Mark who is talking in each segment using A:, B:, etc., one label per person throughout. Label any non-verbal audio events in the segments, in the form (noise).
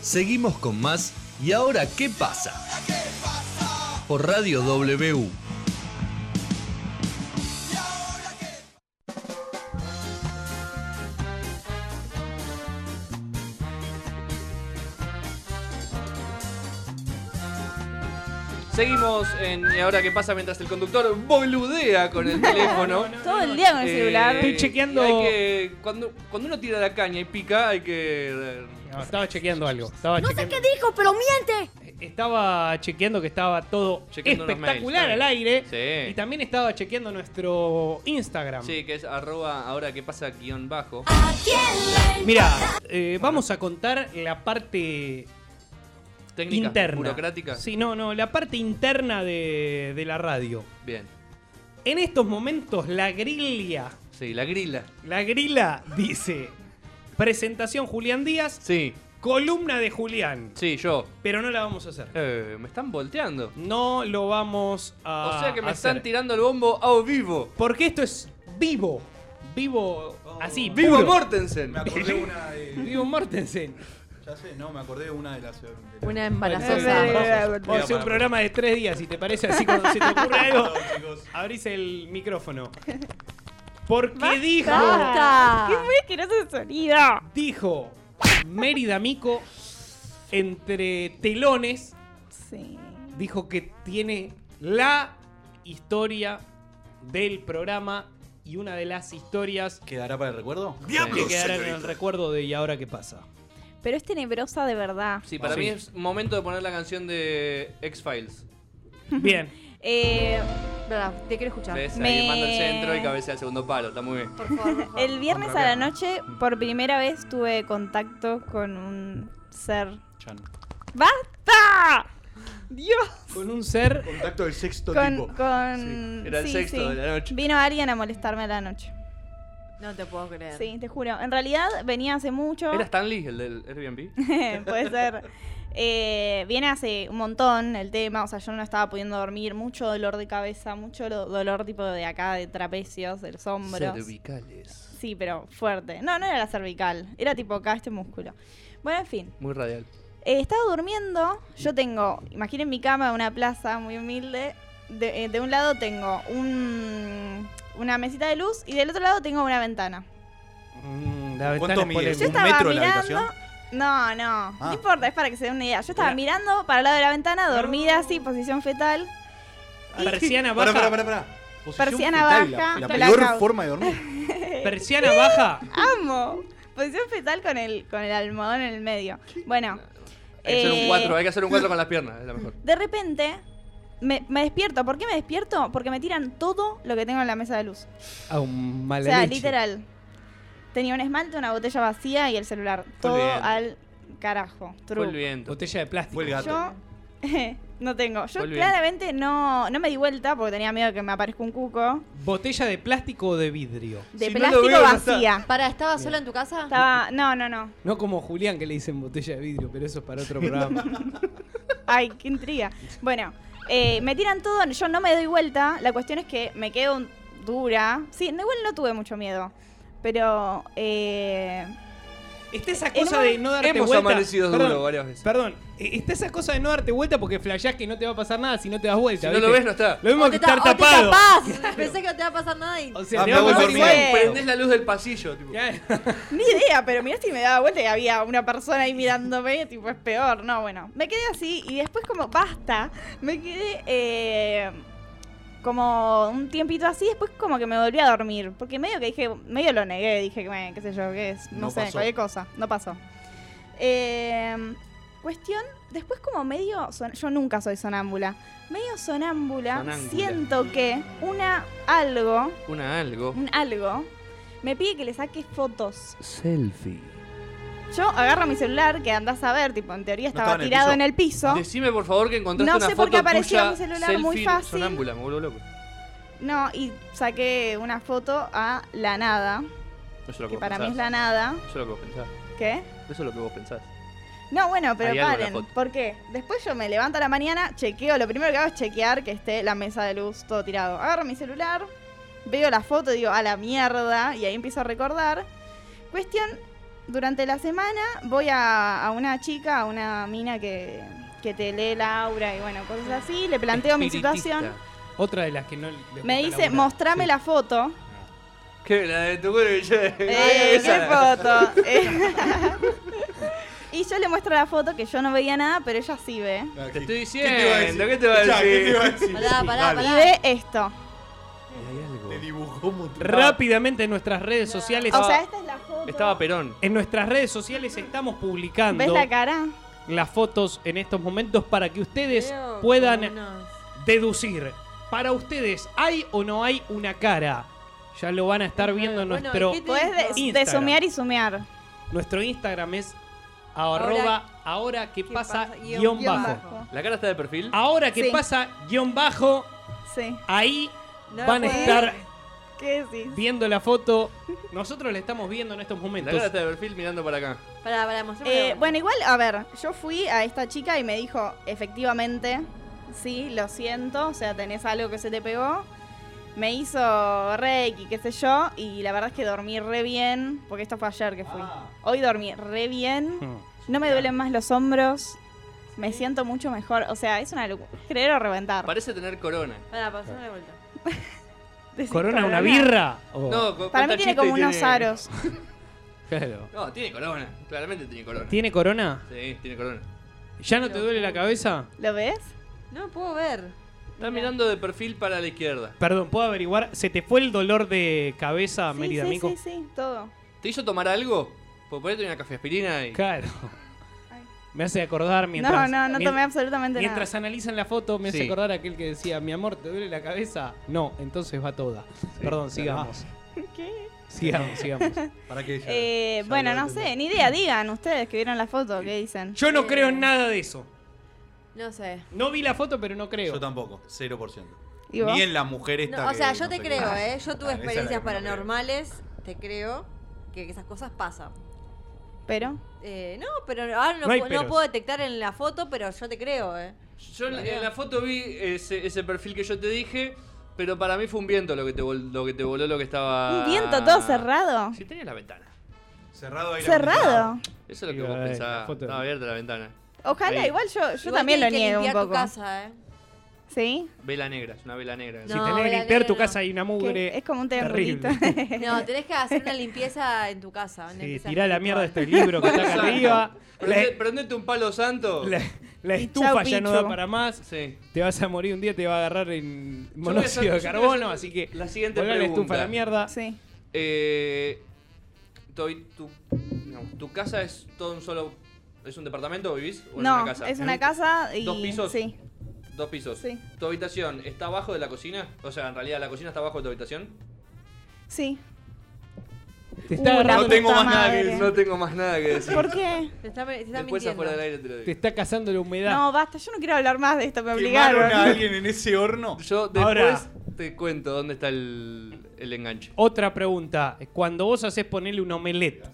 A: Seguimos con más y ahora ¿qué pasa? Por Radio W.
B: Seguimos en ¿Y ahora qué pasa mientras el conductor boludea con el
C: (laughs)
B: teléfono?
C: Todo el día con el
B: Eh,
C: celular.
D: Estoy chequeando-
B: y hay que- cuando, cuando uno tira la caña y pica, hay que.
D: No, estaba chequeando algo. Estaba
E: No sé
D: chequeando, Eh,
E: qué dijo, pero miente.
D: estaba chequeando que estaba todo
B: Chequeando los mails,
D: espectacular
B: está
D: al
B: bien.
D: aire.
B: Sí.
D: Y también estaba chequeando nuestro Instagram.
B: Sí, que es arroba ahora que pasa guión bajo.
D: Mira, eh, vamos a contar la parte
B: Técnica
D: interna.
B: burocrática.
D: Sí, no, no, la parte interna de, de la radio.
B: Bien.
D: En estos momentos, la grilla,
B: Sí, la grila.
D: la grilla dice: presentación Julián Díaz,
B: Sí,
D: columna de Julián.
B: sí, yo.
D: Pero no la vamos a hacer.
B: Eh, me están volteando.
D: No lo vamos a.
B: o sea que me
D: Ah, hacer.
B: están tirando el bombo a vivo.
D: Porque esto es vivo. Vivo. Así,
B: Oh. ¡Vivo
D: puro.
B: Mortensen!
F: Me acordé una de.
D: Vivo Mortensen.
F: Ya sé, no, me acordé de una de las. de las-
C: Una
D: Vamos
C: embarazosa.
D: a hacer Eh, un programa de tres días, si te parece, así cuando se te
B: (laughs)
D: ocurre algo,
F: Perdón, chicos.
D: abrís el micrófono. Porque dijo,
C: ¡Basta!
E: ¡Qué muy asqueroso el sonido!
D: dijo Mérida Mico entre telones,
C: Sí.
D: dijo que tiene la historia del programa y una de las historias
F: ¿Quedará para el recuerdo?
D: que quedará en el recuerdo de ¿Y ahora qué pasa?
C: Pero es tenebrosa de verdad.
B: Sí, para
D: Sí.
B: mí es momento de poner la canción de X-Files.
D: Bien.
C: Eh, bla, bla, te quiero escuchar.
B: ¿Ves? Ahí
C: Me-
B: manda el centro y cabecea al segundo palo. Está muy bien.
C: El viernes a la noche, por primera vez, tuve contacto con un ser.
F: Chan.
C: ¡Basta! ¡Dios!
D: Con un ser
F: Contacto del sexto
C: Con,
F: tipo.
C: con-
B: Sí, era el
C: sí,
B: sexto de
C: sí.
B: la noche.
C: Vino alguien a molestarme a la noche.
E: No te puedo creer.
C: Sí, te juro. En realidad venía hace mucho.
B: ¿Era Stanley, el del Airbnb?
C: (laughs) Puede ser. Eh, viene hace un montón el tema, o sea, yo no estaba pudiendo dormir, mucho dolor de cabeza, mucho lo- dolor tipo de acá, de trapecios, de los hombros.
B: Cervicales.
C: Sí, pero fuerte. No, no era la cervical, era tipo acá este músculo. Bueno, en fin.
B: Muy radial.
C: Eh, estaba durmiendo, yo tengo, imaginen mi cama, una plaza muy humilde. De, eh, de un lado tengo un- una mesita de luz y del otro lado tengo una ventana.
D: Mm, La ventana
F: ¿Cuánto
D: es
F: mide?
D: polémica.
C: Yo
F: ¿Un
C: estaba
F: metro la
C: mirando.
F: habitación?
C: no, no,
F: Ah.
C: no importa, es para que se den una idea. Yo estaba
D: Mirá.
C: mirando para el lado de la ventana, dormida así, posición fetal.
D: Persiana
F: Pará,
D: baja.
F: pará, pará, pará. Posición
C: Persiana
F: fetal,
C: baja,
F: La, la
C: blackout.
F: peor forma de dormir.
D: Persiana baja.
C: ¡Amo! Posición fetal con el, con el almohadón en el medio. Bueno,
B: Hay que hacer un
C: Eh,
B: 4, hay que hacer un 4 con las piernas, es la mejor.
C: de repente me, me despierto. ¿Por qué me despierto? Porque me tiran todo lo que tengo en la mesa de luz.
D: A un mala
C: o sea,
D: leche.
C: literal. Tenía un esmalte, una botella vacía y el celular. Todo
B: viento.
C: al carajo.
B: Fue
C: True.
B: el viento.
D: Botella de plástico.
F: Fue el gato.
C: Yo (laughs) no tengo. Yo
B: Fue el viento.
C: claramente no, no me di vuelta porque tenía miedo que me aparezca un cuco.
D: Botella de plástico o de vidrio.
C: De
B: Si no lo
C: plástico
B: veo, no está.
C: vacía.
E: Para, ¿estaba sola en tu casa?
C: Estaba. No, no, no.
D: No como Julián que le dicen botella de vidrio, pero eso es para otro programa.
C: Ay, qué intriga. Bueno, eh, me tiran todo, yo no me doy vuelta. La cuestión es que me quedo un- dura. Sí, no, igual no tuve mucho miedo. Pero. eh,
D: (laughs) está esa cosa de no darte
B: Hemos
D: vuelta.
B: amanecido
D: Perdón,
B: duro varias veces.
D: Perdón, eh, está esa cosa de no darte vuelta porque flasheás que no te va a pasar nada si no te das
B: Si
D: vuelta.
B: no lo
D: ¿viste?
B: ves, no está.
D: Lo mismo
E: O
D: que
E: te
D: estar
E: ta- o te
D: tapado. (laughs)
E: tapás. Pensé que no te iba a pasar nada y...
D: O sea,
F: Ah,
D: te
F: me
D: va a
F: voy
D: pasar
F: dormido.
D: igual. (laughs)
B: Prendés la luz del pasillo, tipo.
C: Ni idea, pero mirá si me daba vuelta y había una persona ahí mirándome, tipo, es peor. No, bueno. Me quedé así y después, como, basta. Me quedé. eh, como un tiempito así, después como que me volví a dormir. Porque medio que dije, medio lo negué, dije que me- qué sé yo, qué es, no,
F: No
C: sé,
F: pasó.
C: cualquier cosa. No pasó. Eh, cuestión, después como medio, son- yo nunca soy sonámbula. Medio sonámbula,
B: Sonámbula.
C: siento que una algo,
B: Una algo.
C: un algo, me pide que le saque fotos.
B: Selfie.
C: Yo agarro mi celular, que andás a ver, tipo, en teoría estaba,
F: estaba en el
C: tirado
F: piso.
C: en el piso.
B: Decime por favor que encontraste
C: No
B: una
C: sé
B: foto
C: por qué apareció
B: tuya
C: mi celular muy
B: selfie
C: fácil.
B: sonámbula, me vuelvo loco.
C: No, y saqué una foto a la nada,
B: Eso es lo que
C: que
B: vos
C: para mí es
B: pensás.
C: la nada.
B: Eso es lo que vos pensás.
C: ¿Qué?
B: Eso es lo que vos pensás.
C: No, bueno, pero
B: Hay algo en la
C: paren.
B: foto.
C: ¿Por qué? Después yo me levanto a la mañana, chequeo, lo primero que hago es chequear que esté la mesa de luz todo tirado. Agarro mi celular, veo la foto y digo, a la mierda, y ahí empiezo a recordar. Cuestión, durante la semana voy a, a una chica, a una mina que, que te lee la aura y bueno, cosas así, le planteo mi
B: Espiritista.
C: situación.
D: Otra de las que no le gusta
C: Me dice,
D: laburar.
C: mostrame la foto.
B: ¿Qué? La de tu (laughs) culo y yo-
C: Eh,
B: esa.
C: ¿Qué foto? Eh. (laughs) y yo le muestro la foto que yo no veía nada, pero ella sí ve.
B: Te estoy diciendo, ¿qué te va a
F: Ya, ¿qué te
B: decir?
F: iba a decir?
E: Pará, pará,
C: Y
D: Ah.
E: pará.
C: ve esto.
F: Te dibujó mutilado.
D: Rápidamente en nuestras redes sociales.
C: O sea, esta es la foto.
B: Estaba Perón.
D: En nuestras redes sociales estamos publicando
C: ¿Ves la cara?
D: las fotos en estos momentos para que ustedes
E: Creo
D: puedan
E: que unos-
D: deducir. Para ustedes, ¿hay o no hay una cara? Ya lo van a estar viendo en
E: Bueno,
D: nuestro,
E: ¿y qué te
C: Podés de,
E: digo?
C: de
D: Instagram.
C: sumear y sumear.
D: nuestro Instagram es arroba ahora que pasa guión,
C: guión
D: bajo.
C: bajo.
B: ¿La cara está de perfil?
D: Ahora que
C: Sí.
D: pasa guión bajo,
C: Sí.
D: ahí
E: No
D: van a
E: puede
D: estar
C: ¿Qué decís?
D: viendo la foto. Nosotros la estamos viendo en estos
B: La cara
D: momentos.
B: está de perfil mirando para acá.
E: Pará, pará, mostrame
C: Eh,
E: la
C: bueno, igual, a ver, yo fui a esta chica y me dijo, efectivamente, sí, lo siento, o sea, tenés algo que se te pegó. Me hizo reiki, qué sé yo, y la verdad es que dormí re bien, porque esto fue ayer que fui. Hoy dormí re Ah. bien,
D: Hmm.
C: no me duelen más los hombros, me siento mucho mejor, o sea, es una locura. Creer o reventar.
B: Parece tener corona.
E: Pará, pasame la vuelta.
C: Decís,
D: ¿Corona una birra? O-
B: No, cu- cuenta
C: Para mí tiene
B: chiste
C: como
B: y
C: unos aros.
D: Claro.
B: No, tiene corona. Claramente tiene corona.
D: ¿Tiene corona?
B: Sí, tiene corona.
D: ¿Ya no te duele la cabeza?
C: ¿Lo ves?
E: No puedo ver.
B: Está mirando de perfil para la izquierda.
D: Perdón, ¿puedo averiguar? ¿Se te fue el dolor de cabeza,
C: Sí,
D: Mérida
C: sí,
D: Mico?
C: sí, sí, todo.
B: ¿Te hizo tomar algo? Pues ponete una café aspirina y.
D: Claro.
C: Ay.
D: Me hace acordar
C: no,
D: mientras.
C: no, no
D: mien-
C: tomé absolutamente
D: Mientras
C: nada.
D: analizan la foto, me hace
B: Sí.
D: acordar aquel que decía: Mi amor, ¿te duele la cabeza? No, entonces va toda. Perdón, sigamos.
C: ¿Qué? (laughs)
D: Sigamos, sigamos.
F: Para que ella-
C: Eh,
F: ya
C: bueno,
F: lo
C: no
F: entendí.
C: sé, ni idea, digan ustedes que vieron la foto, ¿qué dicen?
D: Yo no creo en nada de eso.
E: No sé.
D: No vi la foto, pero no creo.
F: Yo tampoco, 0%.
C: ¿Y vos?
F: Ni en la mujer
E: No,
F: esta
E: o
F: que
E: sea, yo
F: no
E: te
F: sé qué.
E: creo, ¿eh? Yo
F: Ah, esa
E: tuve
F: es la que
E: experiencias
F: no creo.
E: paranormales, te creo, que esas cosas pasan.
C: Pero,
E: Eh, no, pero ahora no,
D: No hay
E: pu- no
D: peros.
E: puedo detectar en la foto, pero yo te creo, ¿eh?
B: Yo en la, en la foto vi ese, ese perfil que yo te dije, pero para mí fue un viento lo que te, vol- lo que te voló, lo que estaba.
C: ¿un viento todo cerrado?
B: Ah. Sí, tenía la ventana.
F: Cerrado aire
C: Cerrado.
F: acondicionado.
B: Eso es
D: Sí,
B: lo que vos
D: la- la
B: pensabas.
D: foto.
B: Estaba abierta la ventana.
C: Ojalá,
B: Ahí.
C: igual yo, yo
E: Igual
C: también lo
E: tenés que
C: niego un
E: limpiar tu
C: poco.
E: casa, ¿eh?
C: ¿Sí?
B: Vela negra, es una vela negra.
E: No,
D: si tenés que
E: mira,
D: limpiar tu
E: no.
D: casa y una
C: Que
D: mugre.
C: es como un
D: terrible.
C: triangulito.
E: (laughs)
C: (laughs)
E: No, tenés que hacer una limpieza en tu casa. una
D: Sí,
E: limpieza
D: tirá la
E: espiritual.
D: mierda de este libro
B: (laughs)
D: que está acá
B: Exacto.
D: arriba.
B: Prende-
D: La,
B: prendete un palo santo.
D: la- la estufa ya no
C: Pichu.
D: da para más.
B: Sí.
D: Te vas a morir un día, te va a agarrar en
B: Yo voy a hacer-
D: monóxido de
B: yo te voy a
D: carbono,
B: hacer
D: así que.
B: la siguiente
D: volvé a la
B: pregunta.
D: estufa a la mierda.
C: sí.
B: Eh, toi- tu, no, tu casa es todo un solo. ¿Es un departamento o vivís? ¿O en
C: No,
B: una casa?
C: es una casa y...
B: ¿Dos pisos?
C: Sí.
B: Dos pisos.
C: Sí.
B: ¿Tu habitación está abajo de la cocina? O sea, en realidad la cocina está abajo de tu habitación.
C: Sí.
D: Te está
C: Uh, la
D: agarrando.
C: No tengo puta más nada que- madre.
B: decir. No tengo más nada que decir.
C: ¿Por qué?
E: (laughs) Te está, te está
B: Después
E: mintiendo.
B: afuera del aire te lo
D: Te
B: digo.
D: está cazando la humedad.
C: No, basta, yo no quiero hablar más de esto, me
F: ¿Quemaron a
C: obligaron.
F: alguien en ese horno?
B: Yo después
D: Ahora-
B: te cuento dónde está el, el enganche.
D: Otra pregunta. Cuando vos haces ponerle un omelette,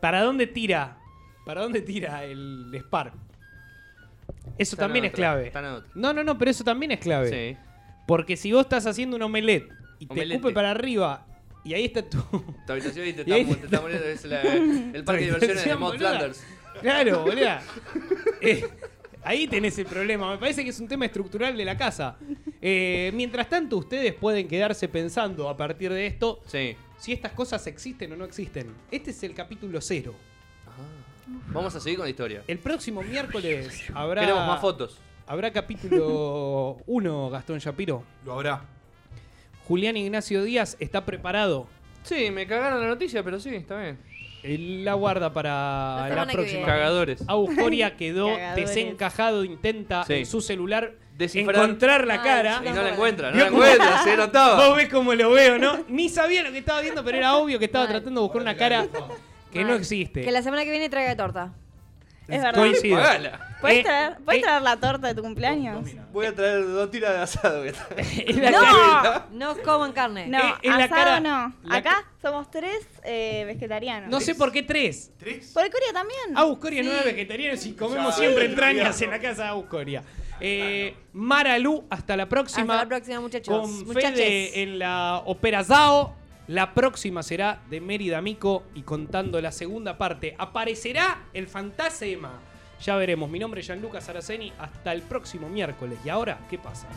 D: ¿para dónde tira? ¿Para dónde tira el spar? Eso
B: Está en
D: también es
B: otra,
D: clave.
B: está en otra.
D: No, no, no, pero eso también es clave.
B: Sí.
D: Porque si vos estás haciendo un omelette y te
B: Omelete.
D: escupe para arriba y ahí está tu.
B: Tu habitación y te
D: (laughs) Y ahí
B: está, mu- te
D: te
B: está muriendo. Es la- el parque de diversiones de
D: Habitación,
B: Mount
D: boluda.
B: Flanders.
D: Claro, boluda. Eh, ahí tenés el problema. Me parece que es un tema estructural de la casa. Eh, mientras tanto, ustedes pueden quedarse pensando a partir de esto
B: Sí.
D: si estas cosas existen o no existen. Este es el capítulo cero.
B: Vamos a seguir con la historia.
D: El próximo miércoles habrá.
B: Queremos más fotos.
D: Habrá capítulo 1, Gastón Shapiro.
F: Lo habrá.
D: Julián Ignacio Díaz está preparado.
B: Sí, me cagaron la noticia, pero sí, está bien.
D: Él la guarda para
E: La
D: la,
E: semana que
D: próxima.
E: viene.
B: Cagadores.
E: (laughs)
D: Augustoria quedó
C: Cagadores.
D: desencajado, intenta
B: Sí.
D: en su celular
B: Descifrar.
D: encontrar la
E: Ay,
D: cara.
B: Y
E: sí.
B: no la encuentra, no
D: Vio
B: la
D: cómo-
B: encuentra, se notaba.
D: Vos ves cómo lo veo, ¿no? Ni sabía lo que estaba viendo, pero era obvio que estaba
E: Mal.
D: tratando de buscar una cara que no
E: Mal.
D: existe.
E: Que la semana que viene traiga torta.
C: Es verdad.
D: Coincido.
B: Pagala.
C: ¿Puedes,
D: Eh,
C: traer, ¿puedes
D: eh.
C: traer la torta de tu cumpleaños?
B: Voy a traer dos tiras de asado. que está-
D: (laughs) Es (laughs) la cara-
E: ¡No! No coman
D: (laughs)
E: carne.
C: No,
D: Eh, en la
C: asado
D: cara-
C: no.
D: la
C: Acá somos tres eh, vegetarianos.
D: no sé Ah, por qué tres.
F: ¿Tres?
C: ¿Por Corea también?
D: Agus Coria no era vegetariano y comemos
F: Ya,
D: siempre
F: sí.
D: entrañas en la casa de Agus Coria. Eh, Mara Lu, hasta la próxima.
E: Hasta la próxima, muchachos.
D: Con
E: Muchaches.
D: Fede en la Opera Zao. La próxima será de Mérida Mico y contando la segunda parte aparecerá el fantasema. Ya veremos. Mi nombre es Gianluca Saraceni. Hasta el próximo miércoles. Y ahora, ¿qué pasa?